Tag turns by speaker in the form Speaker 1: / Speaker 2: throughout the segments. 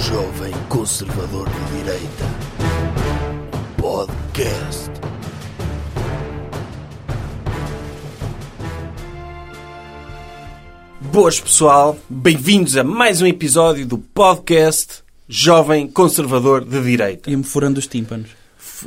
Speaker 1: Jovem Conservador de Direita. Podcast. Boas, pessoal. Bem-vindos a mais um episódio do podcast Jovem Conservador de Direita.
Speaker 2: Ia-me furando os tímpanos.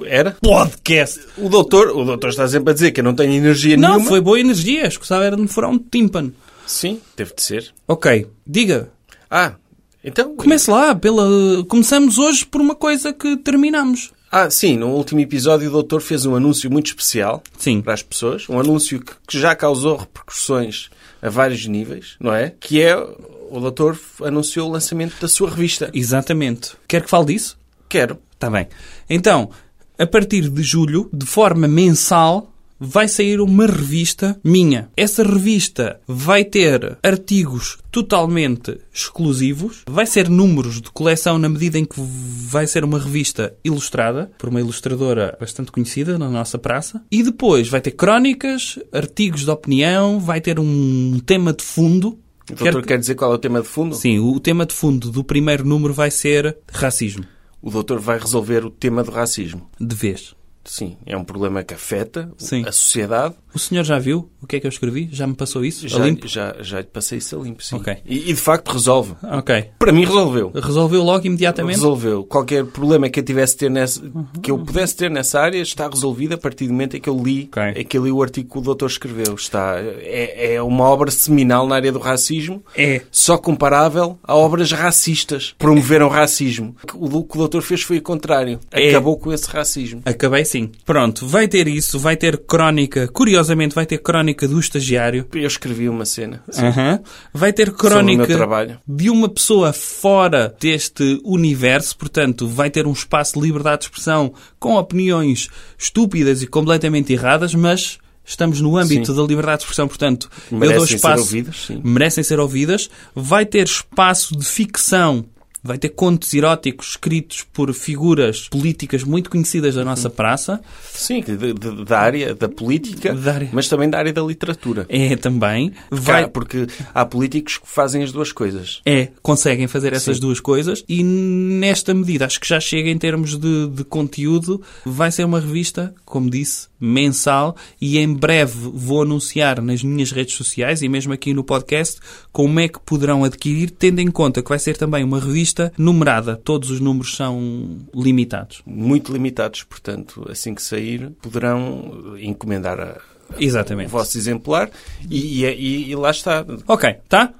Speaker 1: Era? Podcast. O doutor, o doutor está sempre a dizer que eu não tenho energia
Speaker 2: Não,
Speaker 1: nenhuma.
Speaker 2: foi boa energia. A escusada era de me furar um tímpano.
Speaker 1: Sim, teve de ser.
Speaker 2: Ok, diga.
Speaker 1: Ah, então...
Speaker 2: Comece lá. Pela... Começamos hoje por uma coisa que terminamos.
Speaker 1: Ah, sim, no último episódio o doutor fez um anúncio muito especial
Speaker 2: Sim.
Speaker 1: para as pessoas. Um anúncio que que já causou repercussões a vários níveis, não é? Que é o doutor anunciou o lançamento da sua revista.
Speaker 2: Exatamente. Quer que fale disso?
Speaker 1: Quero.
Speaker 2: Está Tá bem. Então, a partir de julho, de forma mensal, vai sair uma revista minha. Essa revista vai ter artigos totalmente exclusivos, vai ser números de coleção na medida em que vai ser uma revista ilustrada por uma ilustradora bastante conhecida na nossa praça. E depois vai ter crónicas, artigos de opinião, vai ter um tema de fundo.
Speaker 1: O
Speaker 2: Quer
Speaker 1: doutor
Speaker 2: que-
Speaker 1: quer dizer qual é o tema de fundo?
Speaker 2: Sim, o tema de fundo do primeiro número vai ser racismo.
Speaker 1: O doutor vai resolver o tema do racismo.
Speaker 2: De vez.
Speaker 1: Sim, é um problema que afeta
Speaker 2: Sim.
Speaker 1: a sociedade.
Speaker 2: O senhor já viu o que é que eu escrevi? Já me passou isso?
Speaker 1: Já,
Speaker 2: A limpo?
Speaker 1: já, já lhe passei isso a limpo, sim.
Speaker 2: Ok.
Speaker 1: E, e de facto resolve.
Speaker 2: Ok.
Speaker 1: Para mim resolveu.
Speaker 2: Resolveu logo imediatamente?
Speaker 1: Resolveu. Qualquer problema que eu, tivesse ter nessa,
Speaker 2: Uhum.
Speaker 1: que eu pudesse ter nessa área está resolvido a partir do momento em que eu li,
Speaker 2: Ok.
Speaker 1: em que eu li o artigo que o doutor escreveu. Está, é, é uma obra seminal na área do racismo,
Speaker 2: É.
Speaker 1: só comparável a obras racistas. Promoveram o racismo. O do- que o doutor fez foi o contrário.
Speaker 2: É.
Speaker 1: Acabou com esse racismo.
Speaker 2: Acabei sim. Pronto, vai ter isso, vai ter crónica, curiosamente vai ter crónica do estagiário.
Speaker 1: Eu escrevi uma cena
Speaker 2: Aham. Vai ter
Speaker 1: sobre o meu
Speaker 2: crónica
Speaker 1: trabalho.
Speaker 2: de uma pessoa fora deste universo, portanto, vai ter um espaço de liberdade de expressão com opiniões estúpidas e completamente erradas, mas estamos no âmbito da liberdade de expressão, portanto, eu dou
Speaker 1: Merecem ser
Speaker 2: espaço.
Speaker 1: ouvidas, sim.
Speaker 2: merecem ser ouvidas. Vai ter espaço de ficção. Vai ter contos eróticos escritos por figuras políticas muito conhecidas da nossa praça.
Speaker 1: Sim, de- de- da área da política,
Speaker 2: Da área.
Speaker 1: mas também da área da literatura.
Speaker 2: É também.
Speaker 1: Cá,
Speaker 2: Vai,
Speaker 1: Porque há políticos que fazem as duas coisas.
Speaker 2: é, conseguem fazer essas duas coisas. E nesta medida, acho que já chega em termos de, de conteúdo. Vai ser uma revista, como disse, mensal. E em breve vou anunciar nas minhas redes sociais e mesmo aqui no podcast como é que poderão adquirir, tendo em conta que vai ser também uma revista numerada. Todos os números são limitados.
Speaker 1: muito limitados, portanto, assim que sair, poderão eh, encomendar a- o
Speaker 2: Exatamente.
Speaker 1: vosso exemplar e, e- e- e lá está.
Speaker 2: Ok, tá?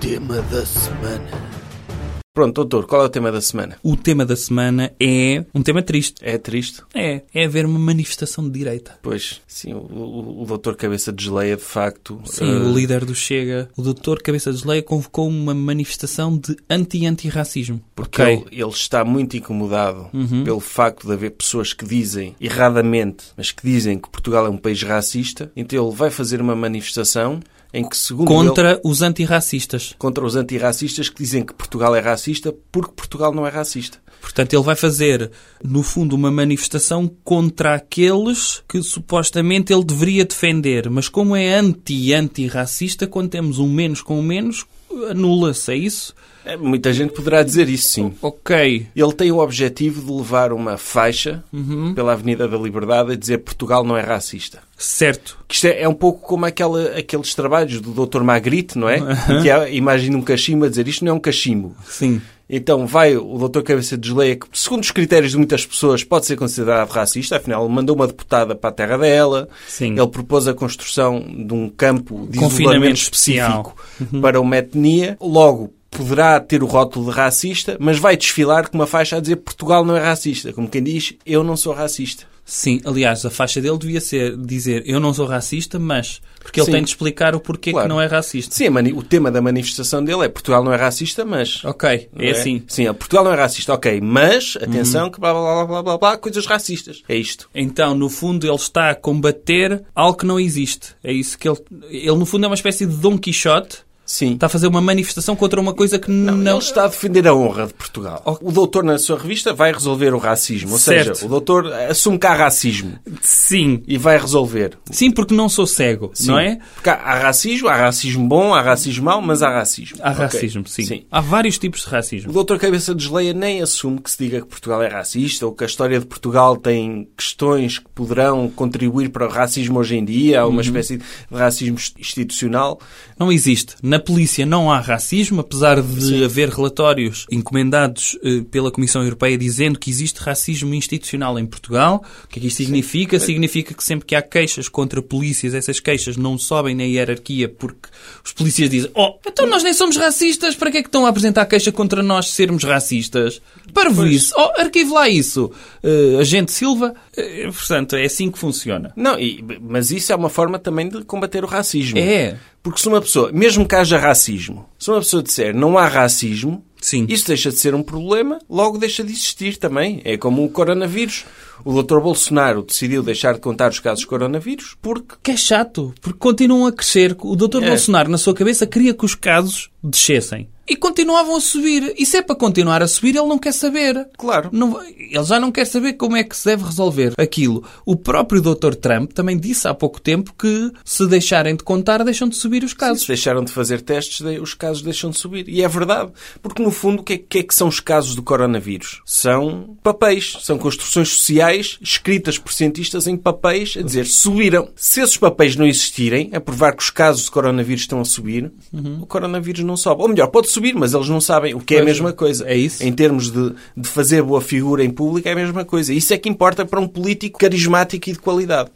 Speaker 1: Tema da semana. Pronto, doutor, qual é o tema da semana?
Speaker 2: O tema da semana é um tema triste.
Speaker 1: É triste?
Speaker 2: É, é haver uma manifestação de direita.
Speaker 1: Pois, sim, o, o- o doutor Cabeça de Geleia, de facto.
Speaker 2: Sim,
Speaker 1: eh,
Speaker 2: o líder do Chega, o doutor Cabeça de Leia, convocou uma manifestação de anti-antirracismo. é
Speaker 1: Porque
Speaker 2: Ok.
Speaker 1: ele, ele está muito incomodado
Speaker 2: Uhum.
Speaker 1: pelo facto de haver pessoas que dizem, erradamente, mas que dizem que Portugal é um país racista. Então ele vai fazer uma manifestação em que, segundo ele,
Speaker 2: Contra os antirracistas.
Speaker 1: contra os antirracistas que dizem que Portugal é racista porque Portugal não é racista.
Speaker 2: Portanto, ele vai fazer, no fundo, uma manifestação contra aqueles que supostamente ele deveria defender. Mas como é anti-antirracista, quando temos um menos com um menos, anula-se, é isso?
Speaker 1: É, Muita gente poderá dizer isso, sim.
Speaker 2: Ok.
Speaker 1: Ele tem o objetivo de levar uma faixa pela Avenida da Liberdade a dizer Portugal não é racista.
Speaker 2: Certo.
Speaker 1: Que Isto é, é um pouco como aquela, aqueles trabalhos do Dr. Magritte, não é? Em Que há a imagem de um cachimbo a dizer isto não é um cachimbo.
Speaker 2: Sim.
Speaker 1: Então vai o Dr. Cabeça de Geleia, que segundo os critérios de muitas pessoas pode ser considerado racista, afinal ele mandou uma deputada para a terra dela,
Speaker 2: Sim.
Speaker 1: ele propôs a construção de um campo de
Speaker 2: Confinamento
Speaker 1: isolamento
Speaker 2: especial. Uhum.
Speaker 1: específico para uma etnia, logo poderá ter o rótulo de racista, mas vai desfilar com uma faixa a dizer Portugal não é racista, como quem diz, eu não sou racista.
Speaker 2: Sim, aliás, a faixa dele devia ser dizer eu não sou racista, mas. Porque ele
Speaker 1: Sim.
Speaker 2: tem de explicar o porquê
Speaker 1: Claro.
Speaker 2: que não é racista.
Speaker 1: Sim, a mani- o tema da manifestação dele é Portugal não é racista, mas...
Speaker 2: Ok,
Speaker 1: Não
Speaker 2: é assim. Uhum.
Speaker 1: Sim, é, Portugal não é racista, ok, mas, atenção, que blá, blá, blá, blá, blá, blá, coisas racistas. É isto.
Speaker 2: Então, no fundo, ele está a combater algo que não existe. É isso que ele. Ele, no fundo, é uma espécie de Dom Quixote
Speaker 1: Sim.
Speaker 2: Está a fazer uma manifestação contra uma coisa que não.
Speaker 1: Ele está a defender a honra de Portugal.
Speaker 2: Ok.
Speaker 1: O doutor, na sua revista, vai resolver o racismo. Ou
Speaker 2: Certo.
Speaker 1: seja, o doutor assume que há racismo
Speaker 2: Sim.
Speaker 1: e vai resolver.
Speaker 2: Sim, porque não sou cego,
Speaker 1: Sim.
Speaker 2: não é?
Speaker 1: Porque há, há racismo, há racismo bom, há racismo mau, mas há racismo.
Speaker 2: Há
Speaker 1: Ok.
Speaker 2: racismo, sim. Há vários tipos de
Speaker 1: O
Speaker 2: racismo.
Speaker 1: doutor Cabeça de Geleia nem assume que se diga que Portugal é racista ou que a história de Portugal tem questões que poderão contribuir para o racismo hoje em dia, ou
Speaker 2: Uhum.
Speaker 1: uma espécie de racismo institucional.
Speaker 2: Não existe. Na polícia não há racismo, apesar de haver relatórios encomendados eh, pela Comissão Europeia dizendo que existe racismo institucional em Portugal. O que é que isto significa? Significa que sempre que há queixas contra polícias, essas queixas não sobem na hierarquia porque os polícias dizem Oh, então nós nem somos racistas, para que é que estão a apresentar queixa contra nós sermos racistas? Para isso. Oh, arquivo lá isso. Eh, agente Silva. Eh, portanto, é assim que funciona.
Speaker 1: Não, e- mas isso é uma forma também de combater o racismo.
Speaker 2: É.
Speaker 1: Porque se uma pessoa, mesmo que haja racismo, se uma pessoa disser não há racismo,
Speaker 2: Sim.
Speaker 1: isso deixa de ser um problema, logo deixa de existir também. É como o coronavírus. O doutor Bolsonaro decidiu deixar de contar os casos de coronavírus porque
Speaker 2: que é chato, porque continuam a crescer. O Dr.
Speaker 1: É.
Speaker 2: Bolsonaro, na sua cabeça, queria que os casos descessem. E continuavam a subir. E se é para continuar a subir, ele não quer saber.
Speaker 1: Claro.
Speaker 2: Não vai- ele já não quer saber como é que se deve resolver aquilo. O próprio Dr. Trump também disse há pouco tempo que se deixarem de contar, deixam de subir os casos.
Speaker 1: Se deixaram de fazer testes, de- os casos deixam de subir. E é verdade. Porque, no fundo, o que é, que é que são os casos do coronavírus? São papéis. São construções sociais escritas por cientistas em papéis a dizer subiram. Se esses papéis não existirem, a provar que os casos de coronavírus estão a subir, o coronavírus não sobe. Ou melhor, pode subir, mas eles não sabem. O que é a
Speaker 2: Uhum. Pois,
Speaker 1: mesma coisa.
Speaker 2: é isso.
Speaker 1: Em termos de, de fazer boa figura em público, é a mesma coisa. Isso é que importa para um político carismático e de qualidade.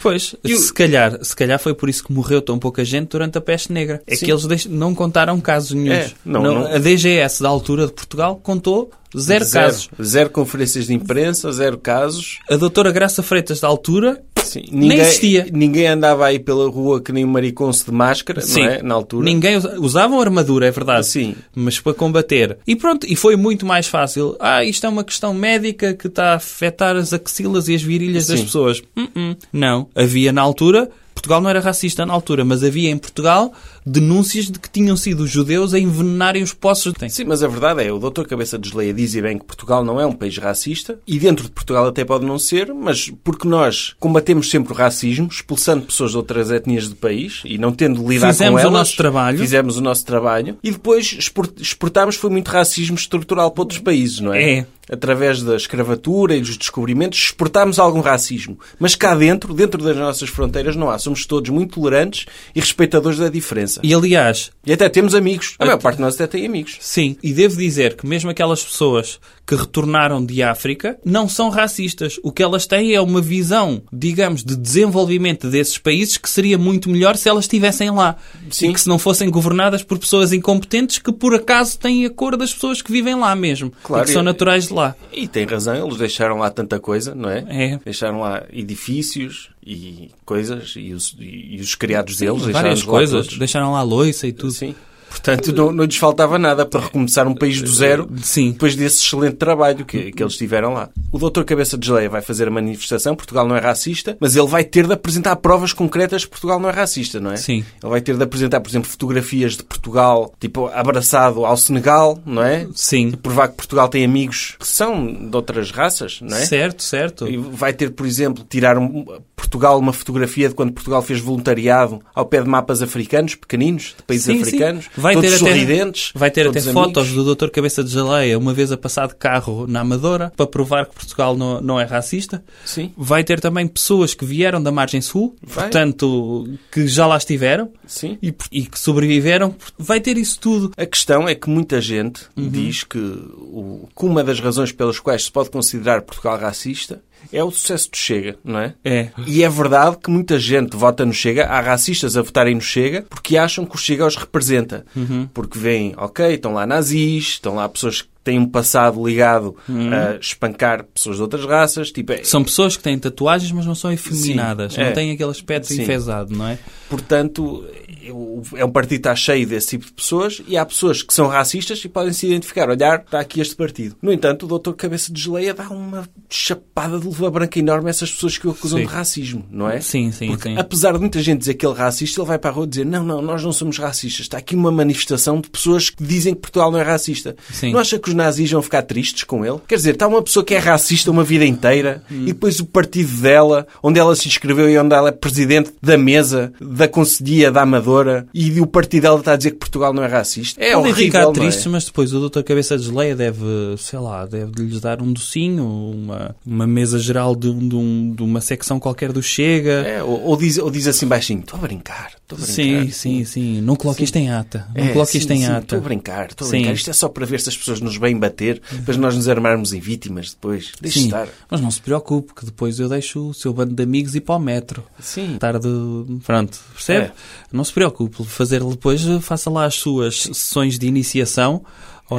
Speaker 2: Pois,
Speaker 1: E o-
Speaker 2: se calhar, se calhar foi por isso que morreu tão pouca gente durante a peste negra. É
Speaker 1: Sim.
Speaker 2: que eles deix- não contaram casos nenhum.
Speaker 1: É, não, não.
Speaker 2: A DGS da altura de Portugal contou zero, casos.
Speaker 1: Zero conferências de imprensa, zero casos.
Speaker 2: A doutora Graça Freitas da altura
Speaker 1: Sim, ninguém,
Speaker 2: existia.
Speaker 1: Ninguém andava aí pela rua que nem um mariconce de máscara,
Speaker 2: Sim.
Speaker 1: não é? Na altura.
Speaker 2: Ninguém usa- usavam armadura, é verdade.
Speaker 1: Sim.
Speaker 2: Mas para combater. E pronto, e foi muito mais fácil. Ah, isto é uma questão médica que está a afetar as axilas e as virilhas das
Speaker 1: Sim.
Speaker 2: pessoas. Hum, hum. Não. Havia na altura. Portugal não era racista na altura, mas havia em Portugal denúncias de que tinham sido os judeus a envenenarem os poços. Tem.
Speaker 1: Sim, mas a verdade é, o doutor Cabeça de Geleia diz e bem que Portugal não é um país racista, e dentro de Portugal até pode não ser, mas porque nós combatemos sempre o racismo, expulsando pessoas de outras etnias do país e não tendo de lidar
Speaker 2: Fizemos
Speaker 1: com
Speaker 2: o
Speaker 1: elas.
Speaker 2: nosso trabalho.
Speaker 1: Fizemos o nosso trabalho. E depois expor- exportámos, foi muito racismo estrutural para outros países, não é?
Speaker 2: É.
Speaker 1: Através da escravatura e dos descobrimentos, exportámos algum racismo. Mas cá dentro, dentro das nossas fronteiras, não há. Somos todos muito tolerantes e respeitadores da diferença.
Speaker 2: E aliás,
Speaker 1: E até temos amigos. A maior parte de nós até tem amigos.
Speaker 2: Sim, e devo dizer que mesmo aquelas pessoas que retornaram de África não são racistas. O que elas têm é uma visão, digamos, de desenvolvimento desses países que seria muito melhor se elas estivessem lá.
Speaker 1: Sim.
Speaker 2: E que se não fossem governadas por pessoas incompetentes que por acaso têm a cor das pessoas que vivem lá mesmo.
Speaker 1: Claro,
Speaker 2: e que são
Speaker 1: e-
Speaker 2: naturais de lá.
Speaker 1: E tem razão, eles deixaram lá tanta coisa, não é?
Speaker 2: É.
Speaker 1: Deixaram lá edifícios e coisas e os, e os criados deles deixaram
Speaker 2: Várias
Speaker 1: lá
Speaker 2: coisas.
Speaker 1: todos.
Speaker 2: Deixaram lá a loiça e tudo.
Speaker 1: Sim. Portanto, não, não lhes faltava nada para recomeçar um país do zero
Speaker 2: Sim.
Speaker 1: depois desse excelente trabalho que, que eles tiveram lá. O doutor Cabeça de Geleia vai fazer a manifestação, Portugal não é racista, mas ele vai ter de apresentar provas concretas que Portugal não é racista, não é?
Speaker 2: Sim.
Speaker 1: Ele vai ter de apresentar, por exemplo, fotografias de Portugal, tipo, abraçado ao Senegal, não é?
Speaker 2: Sim.
Speaker 1: Provar que Portugal tem amigos que são de outras raças, não é?
Speaker 2: Certo, certo.
Speaker 1: E vai ter, por exemplo, tirar um- Portugal uma fotografia de quando Portugal fez voluntariado ao pé de mapas africanos, pequeninos, de países
Speaker 2: Sim, sim.
Speaker 1: africanos,
Speaker 2: Vai
Speaker 1: todos
Speaker 2: ter até-
Speaker 1: sorridentes.
Speaker 2: Vai ter até
Speaker 1: todos amigos.
Speaker 2: fotos do Dr. Cabeça de Geleia uma vez a passar de carro na Amadora para provar que Portugal não, não é racista.
Speaker 1: Sim,
Speaker 2: Vai ter também pessoas que vieram da margem sul,
Speaker 1: Vai.
Speaker 2: portanto, que já lá estiveram
Speaker 1: sim.
Speaker 2: e, por- e que sobreviveram. Vai ter isso tudo.
Speaker 1: A questão é que muita gente diz que, o- que uma das razões pelas quais se pode considerar Portugal racista é o sucesso do Chega, não é?
Speaker 2: É.
Speaker 1: E é verdade que muita gente vota no Chega, há racistas a votarem no Chega, porque acham que o Chega os representa. Porque veem, ok, estão lá nazis, estão lá pessoas que têm um passado ligado a espancar pessoas de outras raças. Tipo, é-
Speaker 2: São pessoas que têm tatuagens, mas não são efeminadas.
Speaker 1: Sim,
Speaker 2: não
Speaker 1: é.
Speaker 2: têm aquele aspecto
Speaker 1: Sim.
Speaker 2: enfesado, não é?
Speaker 1: Portanto, eu- é um partido que está cheio desse tipo de pessoas e há pessoas que são racistas e podem se identificar. Olhar, está aqui este partido. No entanto, o doutor Cabeça de Geleia dá uma chapada de luva branca enorme a essas pessoas que o acusam
Speaker 2: Sim.
Speaker 1: de racismo, não é?
Speaker 2: Sim, sim, sim.
Speaker 1: Apesar de muita gente dizer que ele é racista, ele vai para a rua dizer não, não, nós não somos racistas. Está aqui uma manifestação de pessoas que dizem que Portugal não é racista.
Speaker 2: Sim.
Speaker 1: Não acha que os nazis vão ficar tristes com ele? Quer dizer, está uma pessoa que é racista uma vida inteira e depois o partido dela, onde ela se inscreveu e onde ela é presidente da mesa, da concedia, da amadora, e o partido dela está a dizer que Portugal não é racista. É
Speaker 2: Podem
Speaker 1: horrível,
Speaker 2: ficar
Speaker 1: não é?
Speaker 2: tristes, mas depois o doutor Cabeça de Geleia deve, sei lá, deve-lhes dar um docinho, uma, uma mesa geral de, um- de um- de uma secção qualquer do Chega.
Speaker 1: É, ou, ou diz, ou diz assim baixinho, estou a brincar, estou a brincar.
Speaker 2: sim, sim, sim. Não coloque isto em ata. Não
Speaker 1: É,
Speaker 2: coloque
Speaker 1: sim,
Speaker 2: isto em
Speaker 1: sim, Estou
Speaker 2: ata.
Speaker 1: a brincar, estou a
Speaker 2: Sim.
Speaker 1: brincar. Isto é só para ver se as pessoas nos vêm bater, depois nós nos armarmos em vítimas depois. Deixa
Speaker 2: Sim,
Speaker 1: estar.
Speaker 2: mas não se preocupe, que depois eu deixo o seu bando de amigos ir para o metro.
Speaker 1: Sim.
Speaker 2: Tarde, pronto, percebe?
Speaker 1: É.
Speaker 2: Não se preocupe, fazer depois, faça lá as suas sessões de iniciação ao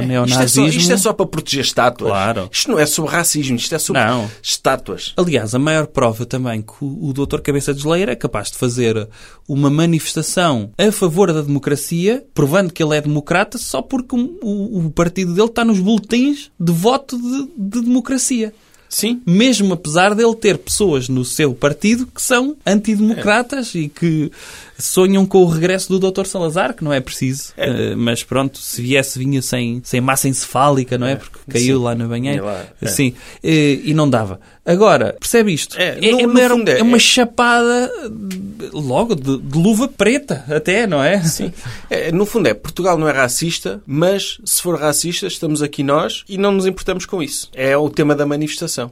Speaker 1: Isto é, só,
Speaker 2: neonazismo.
Speaker 1: isto é só para proteger estátuas.
Speaker 2: Claro.
Speaker 1: Isto não é sobre racismo, isto é sobre
Speaker 2: Não.
Speaker 1: estátuas.
Speaker 2: Aliás, a maior prova também que o o Dr. Cabeça de Geleira é capaz de fazer uma manifestação a favor da democracia, provando que ele é democrata, só porque o, o- o partido dele está nos boletins de voto de, de democracia.
Speaker 1: Sim.
Speaker 2: Mesmo apesar dele ter pessoas no seu partido que são
Speaker 1: É.
Speaker 2: antidemocratas e que sonham com o regresso do Dr. Salazar, que não é preciso. Eh, mas pronto, se viesse, vinha sem, sem massa encefálica, não é? Porque caiu lá na banheira.
Speaker 1: Vinha lá, é.
Speaker 2: Sim, eh, e não dava. Agora, percebe isto?
Speaker 1: É, no- no
Speaker 2: mero-
Speaker 1: fundo é-
Speaker 2: é uma
Speaker 1: é-
Speaker 2: chapada de- logo de, de luva preta, até, não é? Sim.
Speaker 1: É, no fundo é, Portugal não é racista, mas se for racista, estamos aqui nós e não nos importamos com isso. É o tema da manifestação.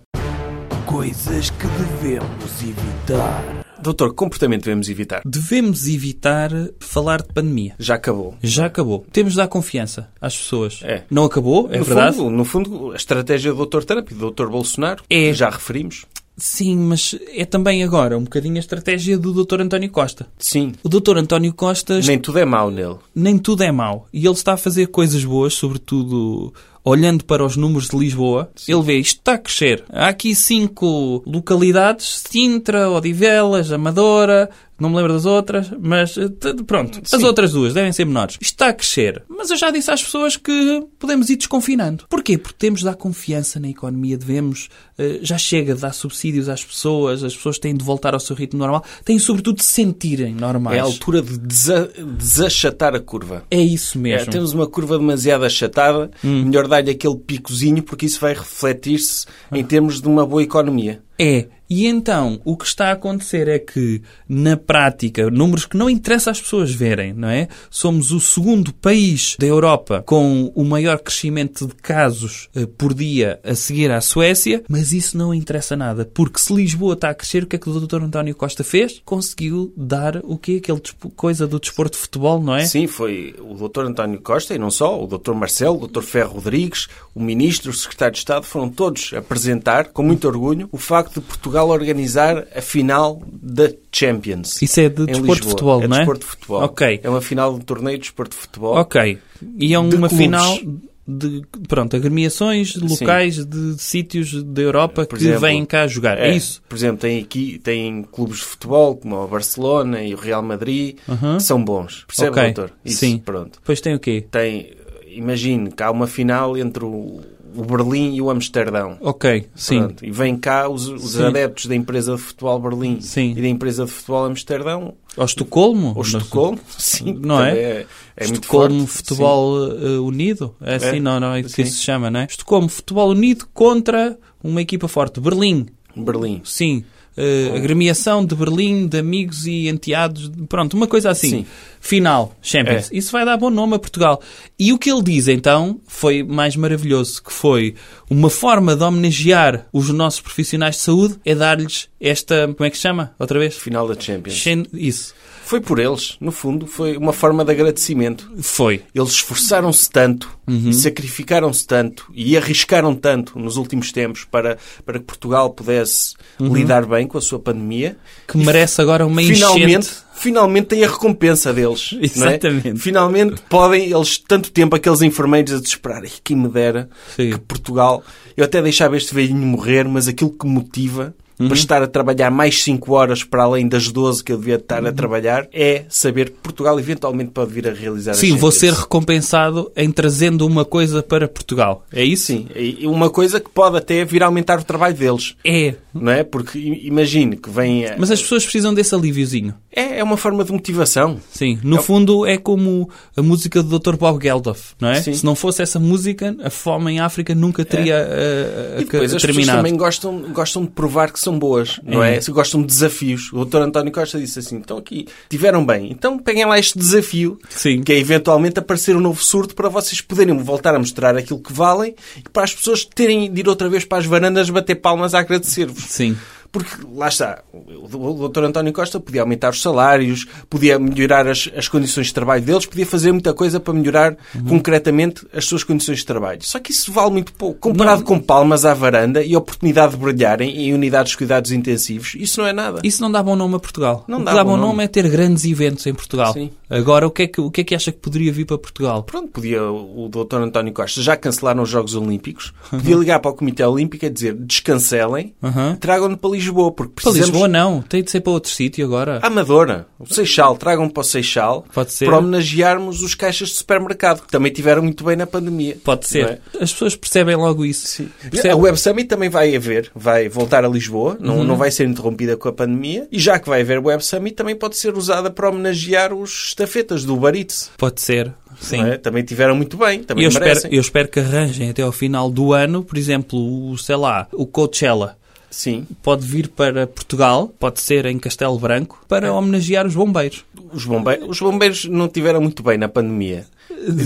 Speaker 3: Coisas que devemos evitar.
Speaker 1: Doutor, que comportamento devemos evitar?
Speaker 2: Devemos evitar falar de pandemia.
Speaker 1: Já acabou.
Speaker 2: Já acabou. Temos de dar confiança às pessoas.
Speaker 1: É.
Speaker 2: Não acabou, é
Speaker 1: no,
Speaker 2: verdade?
Speaker 1: fundo, no fundo, a estratégia do Dr. Trump e do Dr. Bolsonaro,
Speaker 2: É.
Speaker 1: já referimos.
Speaker 2: Sim, mas é também agora um bocadinho a estratégia do Dr. António Costa.
Speaker 1: Sim.
Speaker 2: O Dr. António Costa
Speaker 1: Nem tudo é mau nele.
Speaker 2: nem tudo é mau. E ele está a fazer coisas boas, sobretudo olhando para os números de Lisboa. Ele vê isto está a crescer. Há aqui cinco localidades: Sintra, Odivelas, Amadora. Não me lembro das outras, mas eh, t- pronto. As
Speaker 1: Sim.
Speaker 2: outras duas devem ser menores. Isto está a crescer. Mas eu já disse às pessoas que podemos ir desconfinando. Porquê? Porque temos de dar confiança na economia, devemos. eh, já chega de dar subsídios às pessoas, as pessoas têm de voltar ao seu ritmo normal, têm sobretudo de se sentirem normais.
Speaker 1: É a altura de desa- desachatar a curva.
Speaker 2: É isso mesmo. Hum.
Speaker 1: É, temos uma curva demasiado achatada, melhor dar-lhe aquele picozinho, porque isso vai refletir-se
Speaker 2: Ah.
Speaker 1: em termos de uma boa economia.
Speaker 2: É. E então, o que está a acontecer é que, na prática, números que não interessa às pessoas verem, não é? Somos o segundo país da Europa com o maior crescimento de casos eh, por dia a seguir à Suécia, mas isso não interessa nada, porque se Lisboa está a crescer, o que é que o Dr. António Costa fez? Conseguiu dar o quê? Aquele despo- coisa do desporto de futebol, não é?
Speaker 1: Sim, foi o Dr. António Costa e não só, o Dr. Marcelo, o Dr. Ferro Rodrigues, o Ministro, o Secretário de Estado, foram todos apresentar, com muito orgulho, o facto de Portugal organizar a final da Champions.
Speaker 2: Isso é de
Speaker 1: em
Speaker 2: desporto de
Speaker 1: Lisboa.
Speaker 2: futebol,
Speaker 1: é
Speaker 2: não é?
Speaker 1: desporto de futebol.
Speaker 2: Ok.
Speaker 1: É uma final de um torneio de desporto de futebol.
Speaker 2: Ok. E é uma
Speaker 1: clubes.
Speaker 2: final de, pronto, agremiações locais de, sítios da Europa
Speaker 1: Por
Speaker 2: que
Speaker 1: exemplo,
Speaker 2: vêm cá jogar. É, isso?
Speaker 1: Por exemplo, tem aqui tem clubes de futebol como o Barcelona e o Real Madrid
Speaker 2: Uhum.
Speaker 1: que são bons. Percebe,
Speaker 2: Ok.
Speaker 1: doutor? Isso,
Speaker 2: Sim.
Speaker 1: pronto.
Speaker 2: Depois tem o quê?
Speaker 1: Tem, imagine que há uma final entre o, o Berlim e o Amsterdão.
Speaker 2: Ok, sim.
Speaker 1: Pronto. E vêm cá os, os
Speaker 2: Sim.
Speaker 1: adeptos da empresa de futebol Berlim
Speaker 2: Sim.
Speaker 1: e da empresa de futebol Amsterdão,
Speaker 2: Ou Estocolmo?
Speaker 1: ou Estocolmo, sim,
Speaker 2: Não é?
Speaker 1: também é, é muito
Speaker 2: Estocolmo
Speaker 1: forte.
Speaker 2: Futebol eh, Unido? É assim,
Speaker 1: É.
Speaker 2: não, não, é isso
Speaker 1: Sim.
Speaker 2: que isso se chama, não é? Estocolmo Futebol Unido contra uma equipa forte. Berlim,
Speaker 1: Sim. Berlim.
Speaker 2: sim. Eh, agremiação de Berlim, de amigos e enteados, de- pronto, uma coisa assim.
Speaker 1: Sim. É.
Speaker 2: Final, Champions. Isso vai dar bom nome a Portugal. E o que ele diz então foi mais maravilhoso, que foi uma forma de homenagear os nossos profissionais de saúde é dar-lhes esta, como é que se chama? Outra vez?
Speaker 1: Final da Champions.
Speaker 2: Shen- Isso.
Speaker 1: Foi por eles, no fundo, foi uma forma de agradecimento.
Speaker 2: Foi.
Speaker 1: Eles esforçaram-se tanto,
Speaker 2: Uhum.
Speaker 1: sacrificaram-se tanto e arriscaram tanto nos últimos tempos para, para que Portugal pudesse lidar bem com a sua pandemia.
Speaker 2: Uhum. Que merece agora uma
Speaker 1: Finalmente,
Speaker 2: enchente.
Speaker 1: finalmente tem a recompensa deles. não é?
Speaker 2: Exatamente.
Speaker 1: Finalmente podem, eles, tanto tempo, aqueles enfermeiros a desesperar. E quem me dera
Speaker 2: Sim.
Speaker 1: que Portugal. Eu até deixava este velhinho morrer, mas aquilo que me motiva.
Speaker 2: Uhum.
Speaker 1: Para estar a trabalhar mais 5 horas para além das 12 que eu devia estar
Speaker 2: Uhum.
Speaker 1: a trabalhar, é saber que Portugal eventualmente pode vir a realizar
Speaker 2: Sim,
Speaker 1: as
Speaker 2: vou ser
Speaker 1: chances.
Speaker 2: recompensado em trazendo uma coisa para Portugal. É isso?
Speaker 1: Sim, e uma coisa que pode até vir a aumentar o trabalho deles,
Speaker 2: É.
Speaker 1: não é? Porque i- imagine que vem. a-
Speaker 2: Mas as pessoas precisam desse alíviozinho.
Speaker 1: É, é uma forma de motivação.
Speaker 2: Sim. No fundo é como a música do Dr. Bob Geldof, não é?
Speaker 1: Sim. É.
Speaker 2: Se não fosse essa música, a fome em África nunca teria eh,
Speaker 1: E depois
Speaker 2: eh,
Speaker 1: as pessoas
Speaker 2: terminado.
Speaker 1: também gostam, gostam de provar que são boas, não é? Se Gostam de desafios. O Dr. António Costa disse assim: estão aqui, tiveram bem, então peguem lá este desafio,
Speaker 2: Sim.
Speaker 1: que é eventualmente aparecer um novo surto para vocês poderem voltar a mostrar aquilo que valem e para as pessoas terem de ir outra vez para as varandas bater palmas a agradecer-vos.
Speaker 2: Sim.
Speaker 1: Porque, lá está, o Dr. António Costa podia aumentar os salários, podia melhorar as, as condições de trabalho deles, podia fazer muita coisa para melhorar
Speaker 2: Uhum.
Speaker 1: concretamente as suas condições de trabalho. Só que isso vale muito pouco. Comparado com palmas à varanda e a oportunidade de brilharem em unidades de cuidados intensivos, isso não é nada.
Speaker 2: Isso não dá bom nome a Portugal.
Speaker 1: Não
Speaker 2: o que
Speaker 1: dá
Speaker 2: dá
Speaker 1: bom
Speaker 2: bom nome.
Speaker 1: nome
Speaker 2: é ter grandes eventos em Portugal.
Speaker 1: Sim.
Speaker 2: Agora, o que, é que, o que é que acha que poderia vir para Portugal?
Speaker 1: Pronto, podia o Dr. António Costa já cancelaram os Jogos Olímpicos, podia ligar para o Comitê Olímpico e dizer descancelem,
Speaker 2: Aham.
Speaker 1: tragam-no para Lisboa, porque
Speaker 2: Para
Speaker 1: precisamos...
Speaker 2: Lisboa não, tem de ser para outro sítio agora.
Speaker 1: A Amadora, o Seixal, tragam para o Seixal
Speaker 2: Pode ser.
Speaker 1: para homenagearmos os caixas de supermercado, que também tiveram muito bem na pandemia.
Speaker 2: Pode ser.
Speaker 1: Não é?
Speaker 2: As pessoas percebem logo isso.
Speaker 1: A
Speaker 2: Percebem?
Speaker 1: Web Summit também vai haver, vai voltar a Lisboa, não,
Speaker 2: Uhum.
Speaker 1: não vai ser interrompida com a pandemia, e já que vai haver Web Summit, também pode ser usada para homenagear os estafetas do Uber Eats,
Speaker 2: Pode ser. Sim.
Speaker 1: não é? Também tiveram muito bem,
Speaker 2: E
Speaker 1: também
Speaker 2: eu
Speaker 1: merecem.
Speaker 2: espero, eu espero que arranjem até ao final do ano, por exemplo, o, sei lá, o Coachella.
Speaker 1: Sim.
Speaker 2: Pode vir para Portugal, pode ser em Castelo Branco, para homenagear os bombeiros.
Speaker 1: Os bombeiros, os bombeiros não tiveram muito bem na pandemia.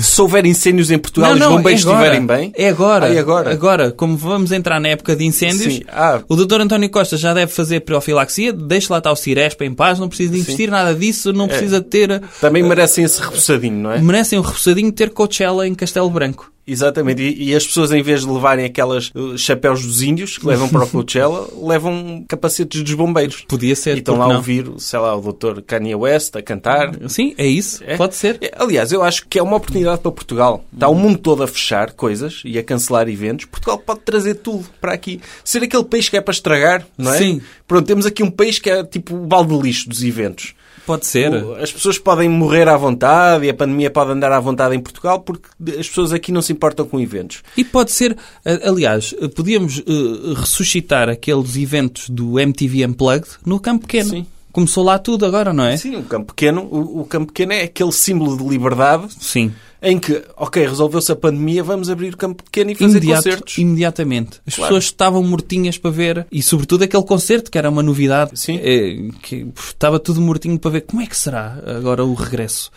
Speaker 1: Se houver incêndios em Portugal e os bombeiros
Speaker 2: Eh, é agora.
Speaker 1: estiverem bem...
Speaker 2: É agora.
Speaker 1: Ah, é agora?
Speaker 2: como vamos entrar na época de É incêndios,
Speaker 1: Sim. Ah.
Speaker 2: o Dr. António Costa já deve fazer profilaxia, deixa lá estar o Cirespa em paz, não precisa de investir nada disso,
Speaker 1: É.
Speaker 2: não precisa de ter.
Speaker 1: Também merecem esse repousadinho, não é?
Speaker 2: Merecem o repousadinho de ter Coachella em Castelo Branco.
Speaker 1: Exatamente, e, e as pessoas em vez de levarem aquelas eh, chapéus dos índios que levam para o Coachella, levam capacetes dos bombeiros.
Speaker 2: Podia ser.
Speaker 1: E estão
Speaker 2: porque
Speaker 1: lá a
Speaker 2: não?
Speaker 1: ouvir, sei lá, o doutor Kanye West a cantar.
Speaker 2: Sim, é isso.
Speaker 1: É?
Speaker 2: Pode ser.
Speaker 1: É, Aliás, eu acho que é uma oportunidade para Portugal. Está o mundo todo a fechar coisas e a cancelar eventos. Portugal pode trazer tudo para aqui. Ser aquele país que é para estragar, não é?
Speaker 2: Sim.
Speaker 1: Pronto, temos aqui um país que é tipo o balde de lixo dos eventos.
Speaker 2: Pode ser.
Speaker 1: O- As pessoas podem morrer à vontade e a pandemia pode andar à vontade em Portugal porque as pessoas aqui não se importam com eventos.
Speaker 2: E pode ser, a- aliás, podíamos eh, ressuscitar aqueles eventos do MTV Unplugged no campo pequeno.
Speaker 1: Sim.
Speaker 2: Começou lá tudo agora, não é?
Speaker 1: Sim, o campo pequeno, o, o campo pequeno é aquele símbolo de liberdade
Speaker 2: Sim.
Speaker 1: em que, ok, resolveu-se a pandemia, vamos abrir o campo pequeno e fazer
Speaker 2: Imediato-
Speaker 1: concertos.
Speaker 2: Imediatamente. As
Speaker 1: Claro.
Speaker 2: pessoas estavam mortinhas para ver. E sobretudo aquele concerto que era uma novidade.
Speaker 1: Sim.
Speaker 2: eh, que pff, estava tudo mortinho para ver como é que será agora o regresso.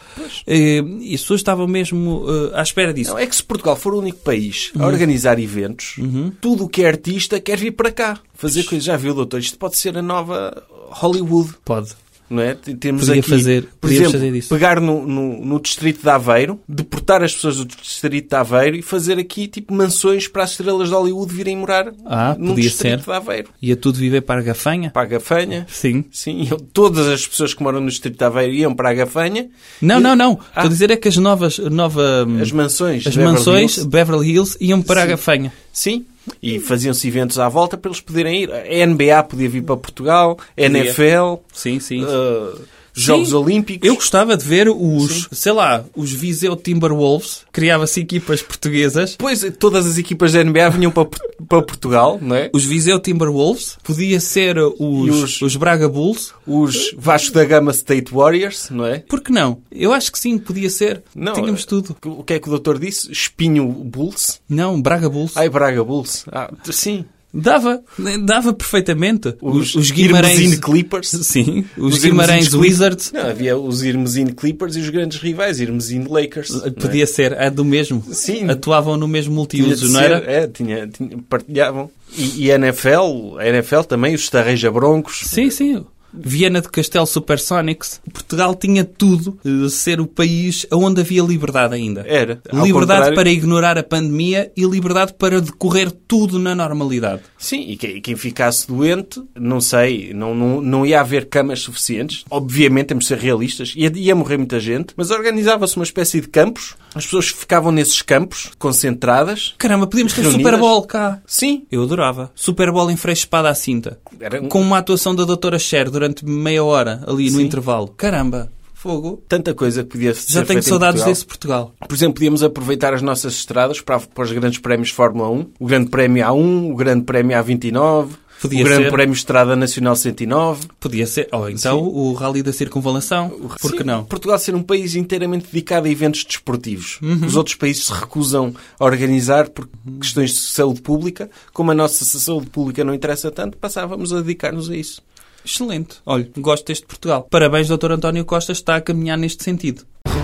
Speaker 2: Eh, e as pessoas estavam mesmo eh, à espera disso.
Speaker 1: Não, é que se Portugal for o único país
Speaker 2: Uhum.
Speaker 1: a organizar eventos, tudo o que é artista quer vir para cá. Fazer coisas. Já viu, doutor? Isto pode ser a nova Hollywood,
Speaker 2: Pode.
Speaker 1: não é? T- Temos
Speaker 2: Podia
Speaker 1: aqui,
Speaker 2: fazer-
Speaker 1: por
Speaker 2: podíamos
Speaker 1: exemplo,
Speaker 2: fazer isso.
Speaker 1: pegar no, no, no distrito de Aveiro, deportar as pessoas do distrito de Aveiro e fazer aqui, tipo, mansões para as estrelas de Hollywood virem morar
Speaker 2: Ah,
Speaker 1: num
Speaker 2: podia
Speaker 1: distrito
Speaker 2: ser.
Speaker 1: de Aveiro.
Speaker 2: Ia tudo viver para a gafanha?
Speaker 1: Para a gafanha.
Speaker 2: Sim.
Speaker 1: Sim, iam- todas as pessoas que moram no distrito de Aveiro iam para a gafanha.
Speaker 2: Não,
Speaker 1: E-
Speaker 2: não, não. Estou
Speaker 1: Ah.
Speaker 2: a dizer é que as novas... Nova, hum,
Speaker 1: As mansões.
Speaker 2: As
Speaker 1: de Beverly
Speaker 2: mansões,
Speaker 1: Hills.
Speaker 2: Beverly Hills, iam para a gafanha.
Speaker 1: Sim. E faziam-se eventos à volta para eles poderem ir. A NBA podia vir para Portugal, a NFL,
Speaker 2: Sim, sim.
Speaker 1: eh, Jogos
Speaker 2: Sim.
Speaker 1: Olímpicos.
Speaker 2: eu gostava de ver os, sei lá, os Viseu Timberwolves. Criava-se equipas portuguesas.
Speaker 1: Depois todas as equipas da NBA vinham para, Por- para Portugal, não é?
Speaker 2: Os Viseu Timberwolves. Podia ser os,
Speaker 1: os-
Speaker 2: os... Braga Bulls.
Speaker 1: Os Vasco da Gama State Warriors, não é?
Speaker 2: Por que não? Eu acho que sim, podia ser.
Speaker 1: Não,
Speaker 2: Tínhamos
Speaker 1: eh,
Speaker 2: tudo.
Speaker 1: O que é que o doutor disse? Espinho Bulls?
Speaker 2: Não, Braga Bulls.
Speaker 1: Ai, Braga Bulls. Ah, sim.
Speaker 2: Dava. Dava perfeitamente. Os, os
Speaker 1: Irmesine
Speaker 2: Guimarães...
Speaker 1: Clippers.
Speaker 2: Sim. Os,
Speaker 1: Os
Speaker 2: Guimarães
Speaker 1: Irmesine
Speaker 2: Wizards.
Speaker 1: Não, havia os Irmesine Clippers e os grandes rivais, Irmesine Lakers. não é?
Speaker 2: Podia ser. É do mesmo.
Speaker 1: Sim.
Speaker 2: Atuavam no mesmo
Speaker 1: Tinha de
Speaker 2: multiuso, não era?
Speaker 1: ser, É, tinha, tinha- partilhavam. E, e NFL, a NFL também, os Tarreja Broncos.
Speaker 2: Sim, sim. Viena de Castelo Supersonics, Portugal tinha tudo de ser o país onde havia liberdade ainda.
Speaker 1: Era. É, Ao
Speaker 2: Liberdade
Speaker 1: contrário-
Speaker 2: para ignorar a pandemia e liberdade para decorrer tudo na normalidade.
Speaker 1: Sim, e que- e quem ficasse doente, não sei, não, não, não ia haver camas suficientes. Obviamente, temos de ser realistas, ia, ia morrer muita gente, mas organizava-se uma espécie de campos, as pessoas ficavam nesses campos, concentradas.
Speaker 2: Caramba, podíamos ter
Speaker 1: Reunidas?
Speaker 2: Super Bowl cá.
Speaker 1: Sim,
Speaker 2: Eu adorava. Super Bowl em freixo espada à cinta.
Speaker 1: era um-
Speaker 2: Com uma atuação da Doutora Cher durante meia hora ali no intervalo. Caramba, fogo.
Speaker 1: tanta coisa que podia ser
Speaker 2: Já tenho
Speaker 1: feita é em
Speaker 2: saudades
Speaker 1: Portugal.
Speaker 2: desse Portugal.
Speaker 1: Por exemplo, podíamos aproveitar as nossas estradas para, para os grandes prémios de Fórmula 1. O grande prémio A1, o grande prémio A29,
Speaker 2: Podia
Speaker 1: o grande
Speaker 2: ser.
Speaker 1: prémio Estrada Nacional 109.
Speaker 2: Podia ser. Ou então o Rally da Circunvalação. Por que
Speaker 1: Sim,
Speaker 2: não?
Speaker 1: Portugal ser um país inteiramente dedicado a eventos desportivos.
Speaker 2: Uhum.
Speaker 1: Os outros países se recusam a organizar por questões de saúde pública. Como a nossa saúde pública não interessa tanto, passávamos a dedicar-nos a isso.
Speaker 2: Excelente. Olha, gosto deste Portugal. Parabéns, Dr. António Costa, está a caminhar neste sentido.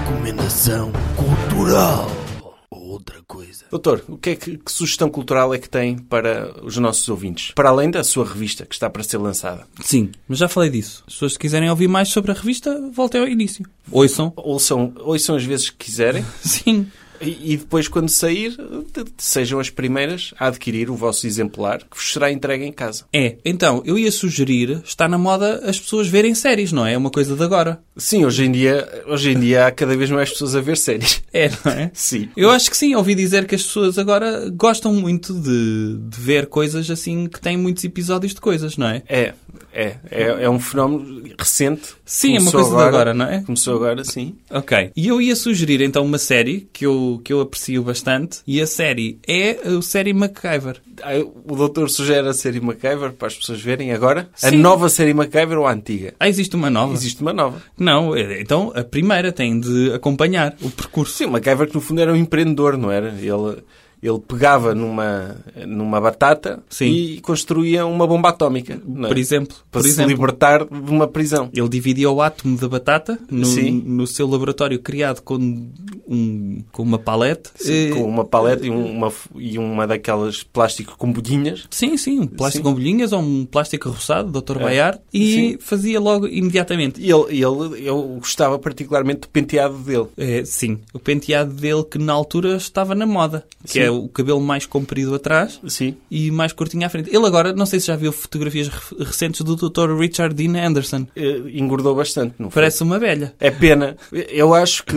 Speaker 3: Recomendação cultural. Outra coisa.
Speaker 1: Doutor, o que é que, que sugestão cultural é que tem para os nossos ouvintes? Para além da sua revista, que está para ser lançada.
Speaker 2: Sim, mas já falei disso. As pessoas que quiserem ouvir mais sobre a revista, voltem ao início. Ouçam.
Speaker 1: Ouçam, ouçam as vezes que quiserem.
Speaker 2: Sim.
Speaker 1: E e depois, quando sair, de- de- sejam as primeiras a adquirir o vosso exemplar, que vos será entregue em casa.
Speaker 2: É, então, eu ia sugerir, está na moda as pessoas verem séries, não é? É uma coisa de agora.
Speaker 1: Sim, hoje em dia, hoje em dia há cada vez mais pessoas a ver séries.
Speaker 2: É, não é?
Speaker 1: Sim.
Speaker 2: Eu acho que sim, ouvi dizer que as pessoas agora gostam muito de, de ver coisas assim que têm muitos episódios de coisas, não é?
Speaker 1: É, é, é, é um fenómeno recente.
Speaker 2: Sim, é uma
Speaker 1: Começou
Speaker 2: coisa de agora, não é?
Speaker 1: Começou agora, sim.
Speaker 2: Ok. E eu ia sugerir então uma série que eu, que eu aprecio bastante, e a série é a série MacGyver.
Speaker 1: Ah, O doutor sugere a série MacGyver para as pessoas verem agora. A
Speaker 2: Sim.
Speaker 1: nova série MacGyver ou a antiga?
Speaker 2: Ah, existe uma nova?
Speaker 1: Existe uma nova.
Speaker 2: Não, eh, então a primeira tem de acompanhar o percurso.
Speaker 1: Sim, o MacGyver que no fundo era um empreendedor, não era? Ele, ele pegava numa, numa batata
Speaker 2: Sim.
Speaker 1: e construía uma bomba atómica. não é?
Speaker 2: Por exemplo,
Speaker 1: para
Speaker 2: por
Speaker 1: se
Speaker 2: exemplo,
Speaker 1: libertar de uma prisão.
Speaker 2: ele dividia o átomo da batata no,
Speaker 1: Sim.
Speaker 2: no seu laboratório criado com, um, com uma palete. Eh,
Speaker 1: Com uma paleta e um- uma, f- e uma daquelas plástico com bolhinhas.
Speaker 2: Sim, sim, um plástico com bolhinhas ou um plástico roçado, Dr. Bayard, e
Speaker 1: É. Sim.
Speaker 2: fazia logo imediatamente.
Speaker 1: E ele, ele, eu gostava particularmente do penteado dele.
Speaker 2: É, sim, o penteado dele que na altura estava na moda, que
Speaker 1: Sim.
Speaker 2: é o cabelo mais comprido atrás
Speaker 1: Sim.
Speaker 2: e mais curtinho à frente. Ele agora, não sei se já viu fotografias re- recentes do Dr. Richard Dean Anderson.
Speaker 1: Eh, engordou bastante, não foi?
Speaker 2: Parece uma velha.
Speaker 1: É pena. Eu acho que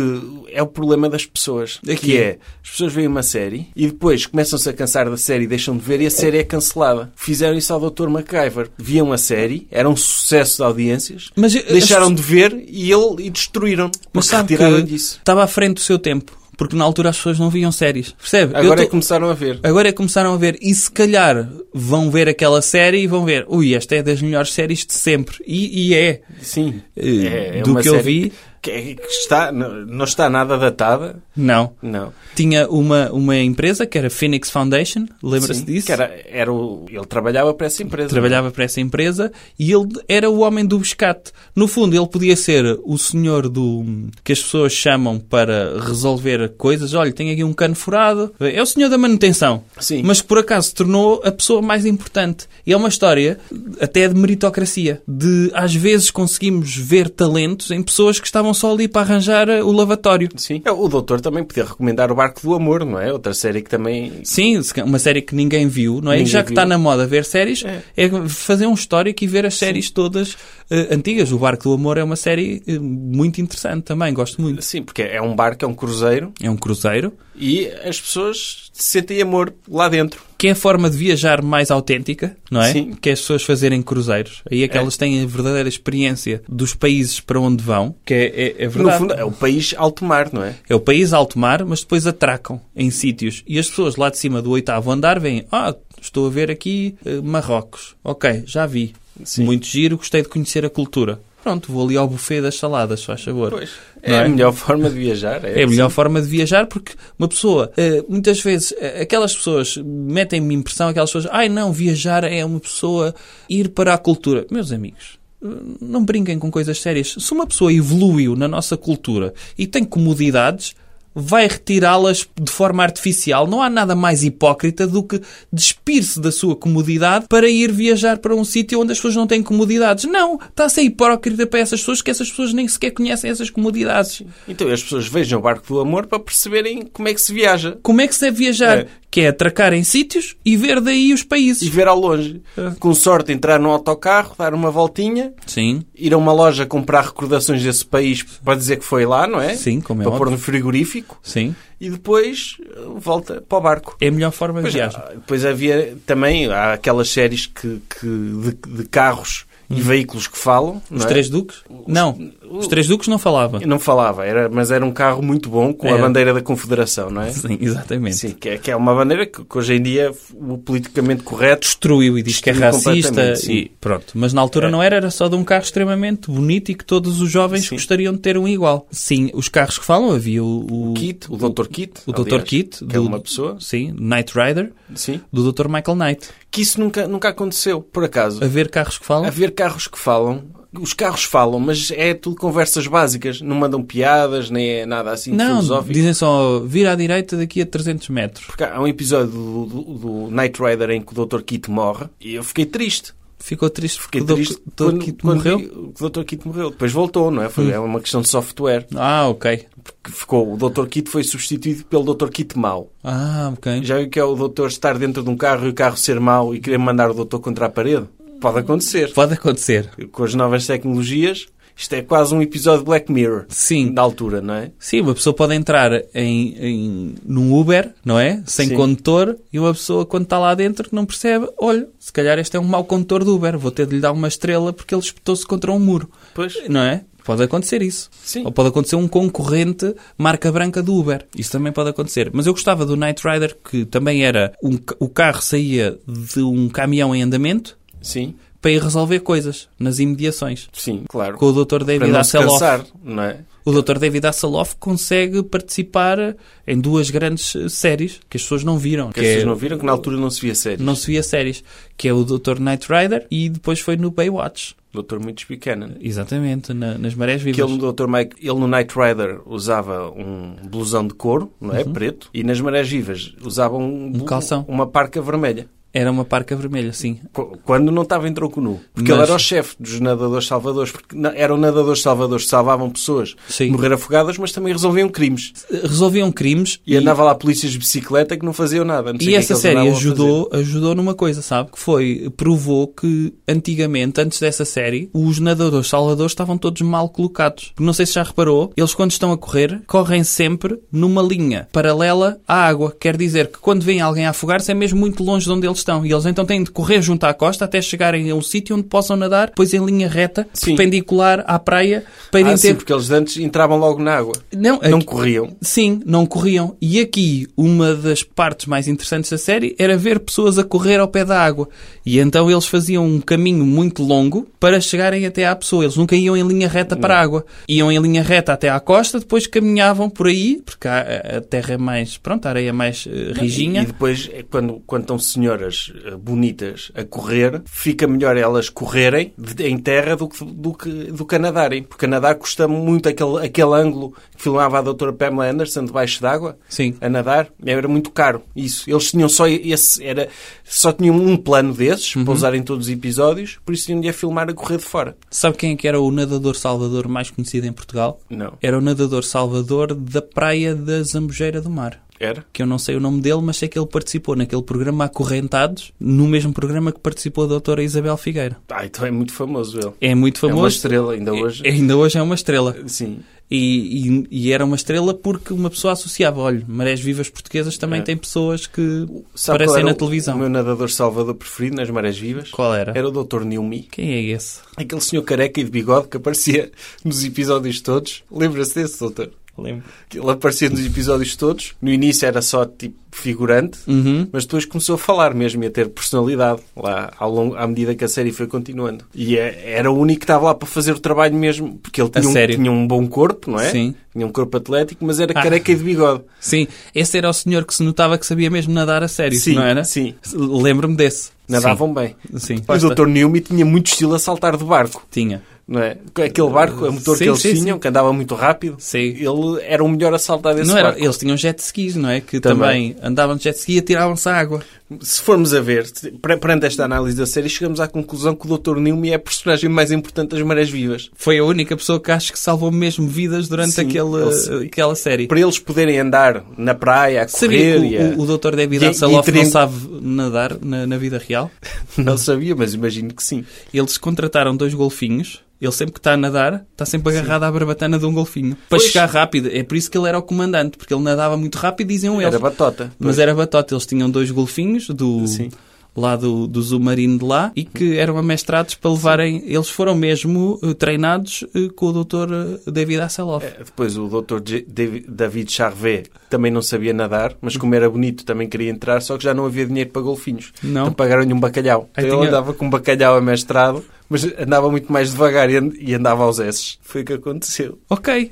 Speaker 1: é o problema das pessoas.
Speaker 2: É que
Speaker 1: Que
Speaker 2: é.
Speaker 1: é, as pessoas veem uma série e depois começam-se a cansar da série, deixam de ver e a série é cancelada. Fizeram isso ao Dr. MacGyver. Viam a série, era um sucesso de audiências,
Speaker 2: Mas, eh,
Speaker 1: deixaram
Speaker 2: as-
Speaker 1: de ver e ele e destruíram.
Speaker 2: Mas
Speaker 1: Porque
Speaker 2: sabe
Speaker 1: retiraram
Speaker 2: que
Speaker 1: disso.
Speaker 2: estava à frente do seu tempo, porque na altura as pessoas não viam séries. Percebe? Eu
Speaker 1: Agora é
Speaker 2: tô-
Speaker 1: que começaram a ver.
Speaker 2: Agora é que começaram a ver, e se calhar vão ver aquela série e vão ver, ui, esta é das melhores séries de sempre. E, e é.
Speaker 1: Sim. É,
Speaker 2: Eh, do que eu vi,
Speaker 1: Que, é- que está, não, não está nada datada.
Speaker 2: não.
Speaker 1: Não.
Speaker 2: Tinha uma, uma empresa que era Phoenix Foundation, lembra-se
Speaker 1: Sim,
Speaker 2: disso?
Speaker 1: que era, era o, ele trabalhava para essa empresa.
Speaker 2: Trabalhava para essa empresa e ele era o homem do biscate. No fundo, ele podia ser o senhor do que as pessoas chamam para resolver coisas. Olha, tem aqui um cano furado. É o senhor da manutenção.
Speaker 1: Sim.
Speaker 2: Mas por acaso se tornou a pessoa mais importante. E é uma história até de meritocracia. De às vezes conseguimos ver talentos em pessoas que estavam só ali para arranjar eh, o lavatório.
Speaker 1: Sim. É, O doutor também podia recomendar o Barco do Amor, não é? Outra série que também.
Speaker 2: Sim, se ca- uma série que ninguém viu, não é? E
Speaker 1: Ninguém
Speaker 2: já que
Speaker 1: viu.
Speaker 2: está na moda ver séries,
Speaker 1: É.
Speaker 2: é, fazer um histórico e ver as séries todas eh, antigas. O Barco do Amor é uma série eh, muito interessante também, gosto muito.
Speaker 1: Sim, porque é um barco, é um cruzeiro
Speaker 2: É um cruzeiro,
Speaker 1: e as pessoas sentem amor lá dentro.
Speaker 2: que é a forma de viajar mais autêntica, não é?
Speaker 1: Sim.
Speaker 2: Que é as pessoas fazerem cruzeiros. Aí é que
Speaker 1: É.
Speaker 2: elas têm a verdadeira experiência dos países para onde vão, que é, é, é
Speaker 1: No
Speaker 2: verdade.
Speaker 1: fundo, é o país alto mar, não é?
Speaker 2: É o país alto mar, mas depois atracam em sítios. E as pessoas lá de cima do oitavo andar veem, ah, estou a ver aqui eh, Marrocos. Ok, já vi.
Speaker 1: Sim.
Speaker 2: Muito giro, gostei de conhecer a cultura. Pronto, vou ali ao buffet das saladas, se faz favor.
Speaker 1: Pois. É,
Speaker 2: Não é?
Speaker 1: a melhor forma de viajar. É,
Speaker 2: É a melhor forma de viajar porque uma pessoa, eh, muitas vezes, eh, aquelas pessoas metem-me impressão, aquelas pessoas, ai não, viajar é uma pessoa ir para a cultura. Meus amigos, eh, não brinquem com coisas sérias. Se uma pessoa evoluiu na nossa cultura e tem comodidades, vai retirá-las de forma artificial. Não há nada mais hipócrita do que despir-se da sua comodidade para ir viajar para um sítio onde as pessoas não têm comodidades. Não, está a ser hipócrita para essas pessoas que essas pessoas nem sequer conhecem essas comodidades.
Speaker 1: Então as pessoas vejam o Barco do Amor para perceberem como é que se viaja.
Speaker 2: Como é que se deve viajar?
Speaker 1: É.
Speaker 2: Que é atracar em sítios e ver daí os
Speaker 1: E
Speaker 2: países.
Speaker 1: ver ao longe.
Speaker 2: É.
Speaker 1: Com sorte, entrar num autocarro, dar uma voltinha,
Speaker 2: Sim,
Speaker 1: ir a uma loja comprar recordações desse país para dizer que foi lá, não é?
Speaker 2: Sim, como é
Speaker 1: Para pôr
Speaker 2: óbvio.
Speaker 1: no frigorífico
Speaker 2: sim.
Speaker 1: e depois eh, volta para o barco.
Speaker 2: É a melhor forma de
Speaker 1: Pois,
Speaker 2: viagem.
Speaker 1: há- depois havia também há aquelas séries que, que- de, de carros e veículos que falam.
Speaker 2: Uhum. Os
Speaker 1: não é?
Speaker 2: Três Duques? Não, os Três Duques não falava.
Speaker 1: Eu Não falava, era, mas era um carro muito bom com a
Speaker 2: Era.
Speaker 1: bandeira da Confederação, não é?
Speaker 2: Sim, É. exatamente.
Speaker 1: Sim, que é, que é uma bandeira que, que hoje em dia o politicamente correto
Speaker 2: Destruiu e diz que é
Speaker 1: Destruiu
Speaker 2: racista
Speaker 1: completamente,
Speaker 2: e pronto. Mas na altura
Speaker 1: É.
Speaker 2: não era, era só de um carro extremamente bonito e que todos os jovens
Speaker 1: Sim.
Speaker 2: gostariam de ter um igual. Sim, os carros que falam, havia o, o,
Speaker 1: Kit, o Dr. Kit,
Speaker 2: o
Speaker 1: aliás,
Speaker 2: Dr. Kit,
Speaker 1: que é uma pessoa,
Speaker 2: sim, Knight Rider,
Speaker 1: sim,
Speaker 2: do Dr. Michael Knight.
Speaker 1: que isso nunca, nunca aconteceu, por acaso.
Speaker 2: A ver carros que falam?
Speaker 1: Haver carros que falam, os carros falam, mas é tudo conversas básicas, não mandam piadas, nem é nada assim
Speaker 2: Não,
Speaker 1: filosófico.
Speaker 2: dizem só, vira à direita daqui a 300 metros.
Speaker 1: Porque há um episódio do, do, do Knight Rider em que o Dr. Kit morre e eu fiquei triste.
Speaker 2: Ficou triste
Speaker 1: Fiquei
Speaker 2: porque o Dr.
Speaker 1: triste
Speaker 2: Dr.
Speaker 1: quando-
Speaker 2: Kit
Speaker 1: quando
Speaker 2: morreu? Hum.
Speaker 1: vi que o Dr. Kit morreu. Depois voltou, não é? Foi, É uma questão de software.
Speaker 2: Ah, ok.
Speaker 1: Que ficou, o Dr. Kit foi substituído pelo Dr. Kit mau.
Speaker 2: Ah, ok.
Speaker 1: Já viu que é o Dr. estar dentro de um carro e o carro ser mau e querer mandar o Dr. contra a parede? Pode acontecer.
Speaker 2: Pode acontecer.
Speaker 1: Com as novas tecnologias, isto é quase um episódio de Black Mirror.
Speaker 2: Sim.
Speaker 1: Da altura, não é?
Speaker 2: Sim, uma pessoa pode entrar em, em, num Uber, não é? Sem
Speaker 1: Sim.
Speaker 2: condutor, e uma pessoa, quando está lá dentro, não percebe: olha, se calhar este é um mau condutor do Uber, vou ter de lhe dar uma estrela porque ele espetou-se contra um muro.
Speaker 1: Pois.
Speaker 2: Não é? Pode acontecer isso.
Speaker 1: Sim.
Speaker 2: Ou pode acontecer um concorrente marca branca do Uber. Isso também pode acontecer. Mas eu gostava do Knight Rider, que também era. Um, ca- o carro saía de um caminhão em andamento
Speaker 1: Sim.
Speaker 2: para ir resolver coisas nas imediações.
Speaker 1: Sim, claro.
Speaker 2: Com o Dr.
Speaker 1: Para
Speaker 2: David
Speaker 1: não se
Speaker 2: Hasselhoff.
Speaker 1: cansar, não é?
Speaker 2: O Dr. David Hasselhoff consegue participar em duas grandes eh, séries que as pessoas não viram.
Speaker 1: Que as pessoas
Speaker 2: é-
Speaker 1: não viram que na altura não se via séries.
Speaker 2: não se via séries. Que é o Dr. Knight Rider e depois foi no Baywatch.
Speaker 1: Dr. Mitch Buchanan.
Speaker 2: Exatamente, na- nas Marés
Speaker 1: Que
Speaker 2: Vivas.
Speaker 1: ele, no Dr. Mike, ele no Knight Rider usava um blusão de couro, não é? Preto. E nas Marés Vivas usava um, blu-
Speaker 2: Uhum. calção.
Speaker 1: uma parca vermelha.
Speaker 2: Era uma parca vermelha, sim.
Speaker 1: Qu- Quando não estava em tronco nu. Porque
Speaker 2: Mas-
Speaker 1: ele era o chefe dos nadadores salvadores. Porque na- eram nadadores salvadores que salvavam pessoas
Speaker 2: Sim.
Speaker 1: de morrer afogadas, mas também resolviam crimes.
Speaker 2: Resolviam crimes
Speaker 1: E, andava lá polícias de bicicleta que não faziam nada. Não sei o
Speaker 2: E
Speaker 1: que é que
Speaker 2: essa
Speaker 1: eles
Speaker 2: série
Speaker 1: andavam a
Speaker 2: ajudou, ajudou numa coisa, sabe? Que foi, provou que antigamente, antes dessa série, os nadadores salvadores estavam todos mal colocados. Não sei se já reparou, eles quando estão a correr, correm sempre numa linha paralela à água. Quer dizer que quando vem alguém a afogar-se é mesmo muito longe de onde eles estão. E eles então têm de correr junto à costa até chegarem a um sítio onde possam nadar, pois em linha reta,
Speaker 1: Sim.
Speaker 2: perpendicular à praia, para
Speaker 1: fazer.
Speaker 2: irem
Speaker 1: Ah, sim,
Speaker 2: ter...
Speaker 1: porque eles antes entravam logo na água.
Speaker 2: Não,
Speaker 1: Não
Speaker 2: aqui-
Speaker 1: corriam.
Speaker 2: Sim, não corriam. E aqui, uma das partes mais interessantes da série era ver pessoas a correr ao pé da água. E então eles faziam um caminho muito longo para chegarem até à pessoa. Eles nunca iam em linha reta para a água. Iam em linha reta até à costa, depois caminhavam por aí, porque a, a terra é mais. Pronto, a areia é mais eh,
Speaker 1: E
Speaker 2: rijinha.
Speaker 1: depois, é quando, quando estão senhoras eh, bonitas a correr, fica melhor elas correrem de- em terra do que, do que, do que a nadarem. Porque a nadar custa muito aquele, aquele ângulo que filmava a doutora Pamela Anderson debaixo d'água.
Speaker 2: Sim.
Speaker 1: A nadar. Era muito caro. Isso. Eles tinham só esse... Era, só tinham um plano desses
Speaker 2: Uhum.
Speaker 1: para usar em todos os episódios. Por isso tinham de a filmar a correr de fora.
Speaker 2: Sabe quem é que era o nadador salvador mais conhecido em Portugal?
Speaker 1: Não.
Speaker 2: Era o nadador salvador da Praia da Zambujeira do Mar.
Speaker 1: Era?
Speaker 2: que eu não sei o nome dele, mas sei que ele participou naquele programa Acorrentados, no mesmo programa que participou a doutora Isabel Figueira.
Speaker 1: Ah, então é muito famoso ele.
Speaker 2: É muito
Speaker 1: É uma
Speaker 2: famoso.
Speaker 1: estrela ainda hoje.
Speaker 2: É- ainda hoje é uma estrela.
Speaker 1: Sim.
Speaker 2: E, e- e era uma estrela porque uma pessoa associava, olha, Marés Vivas Portuguesas também
Speaker 1: É.
Speaker 2: tem pessoas que
Speaker 1: Sabe qual
Speaker 2: aparecem
Speaker 1: era
Speaker 2: na
Speaker 1: o-
Speaker 2: televisão.
Speaker 1: O meu nadador salvador preferido nas marés vivas?
Speaker 2: Qual era?
Speaker 1: Era o Dr. Nilmi.
Speaker 2: Quem é esse?
Speaker 1: Aquele senhor careca e de bigode que aparecia nos episódios todos. Lembra-se desse, doutor?
Speaker 2: Lembro.
Speaker 1: Que Ele aparecia nos episódios todos. No início era só tipo figurante,
Speaker 2: Uhum.
Speaker 1: mas depois começou a falar mesmo e a ter personalidade lá ao longo, à medida que a série foi continuando. E é- era o único que estava lá para fazer o trabalho mesmo, porque ele
Speaker 2: A
Speaker 1: tinha, um,
Speaker 2: sério?
Speaker 1: tinha um bom corpo, não é?
Speaker 2: Sim.
Speaker 1: Tinha um corpo atlético, mas era
Speaker 2: Ah.
Speaker 1: careca e de bigode.
Speaker 2: Sim, esse era o senhor que se notava que sabia mesmo nadar a sério,
Speaker 1: Sim,
Speaker 2: não era?
Speaker 1: sim.
Speaker 2: Lembro-me desse.
Speaker 1: Nadavam bem.
Speaker 2: Sim. Sim.
Speaker 1: E o Dr. Newmy tinha muito estilo a saltar de barco.
Speaker 2: Tinha.
Speaker 1: não é? Aquele barco, o motor
Speaker 2: Sim,
Speaker 1: que eles
Speaker 2: sim,
Speaker 1: tinham, que andava muito rápido,
Speaker 2: Sim.
Speaker 1: ele era o melhor a saltar desse
Speaker 2: Não era,
Speaker 1: barco.
Speaker 2: eles tinham jet skis, não é? Que
Speaker 1: Também.
Speaker 2: também, andavam de jet ski e atiravam-se à água.
Speaker 1: Se formos a ver, se- pre- perante esta análise da série, chegamos à conclusão que o Dr. Newman é a personagem mais importante das Marés Vivas.
Speaker 2: Foi a única pessoa que acho que salvou mesmo vidas durante
Speaker 1: Sim,
Speaker 2: aquele-
Speaker 1: ele-
Speaker 2: aquela série.
Speaker 1: Para eles poderem andar na praia, a
Speaker 2: Sabia
Speaker 1: correr
Speaker 2: que
Speaker 1: e a-
Speaker 2: o, o Dr. David
Speaker 1: e- e um-
Speaker 2: Hasselhoff
Speaker 1: teriam-
Speaker 2: não sabe nadar na, na vida real?
Speaker 1: Não sabia, mas imagino que sim.
Speaker 2: Eles contrataram dois golfinhos. Ele sempre que está a nadar, está sempre agarrado à barbatana de um golfinho. Para
Speaker 1: Pois.
Speaker 2: chegar rápido. É por isso que ele era o comandante, porque ele nadava muito rápido, diziam eles.
Speaker 1: Era batota.
Speaker 2: Mas era batota. Eles tinham dois golfinhos do...
Speaker 1: Sim.
Speaker 2: Lá do, do submarino de lá e que eram amestrados para levarem. Eles foram mesmo eh, treinados eh, com o Dr. David Hasselhoff.
Speaker 1: Depois o Dr. J- Davi- David Charvet também não sabia nadar, mas como era bonito também queria entrar, só que já não havia dinheiro para golfinhos.
Speaker 2: Não.
Speaker 1: Então pagaram-lhe um bacalhau.
Speaker 2: Aí
Speaker 1: Então ele
Speaker 2: tinha-
Speaker 1: andava com um bacalhau amestrado, mas andava muito mais devagar e and- e andava aos S. Foi o que aconteceu.
Speaker 2: Ok.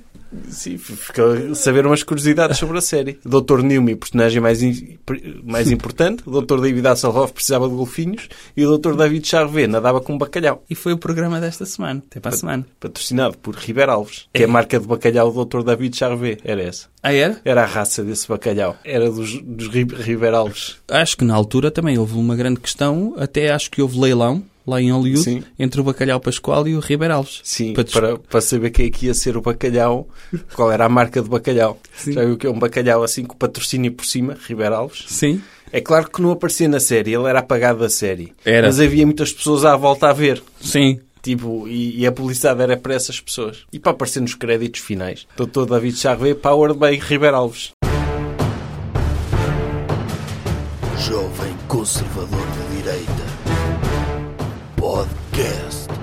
Speaker 1: Sim, f- ficou a saber umas curiosidades sobre a série. Dr. Newman, personagem mais, in- pr- mais importante. O Dr. David Hasselhoff precisava de golfinhos. E o Dr. David Charvet nadava com um bacalhau.
Speaker 2: E foi o programa desta semana. Até para a semana.
Speaker 1: Patrocinado por Ribeiro Alves, que é a marca de bacalhau do Dr. David Charvet. Era essa.
Speaker 2: Ah, era?
Speaker 1: Era a raça desse bacalhau. Era dos, dos ri- Riberalves.
Speaker 2: Acho que na altura também houve uma grande questão, até acho que houve leilão lá em Hollywood
Speaker 1: Sim.
Speaker 2: entre o Bacalhau Pascoal e o Ribeiro Alves.
Speaker 1: Sim,
Speaker 2: Para
Speaker 1: para,
Speaker 2: des-
Speaker 1: para, saber quem é que ia ser o bacalhau, qual era a marca de bacalhau.
Speaker 2: Sim.
Speaker 1: Já viu que é um bacalhau assim com patrocínio por cima, Riberalves?
Speaker 2: Sim.
Speaker 1: É claro que não aparecia na série, ele era apagado da série.
Speaker 2: Era.
Speaker 1: Mas havia muitas pessoas à volta a ver.
Speaker 2: Sim.
Speaker 1: Tipo, e, e a publicidade era para essas pessoas. E para aparecer nos créditos finais. Dr. David Charvet, Powered by Riberalves.
Speaker 3: Jovem Conservador de Direita. Podcast.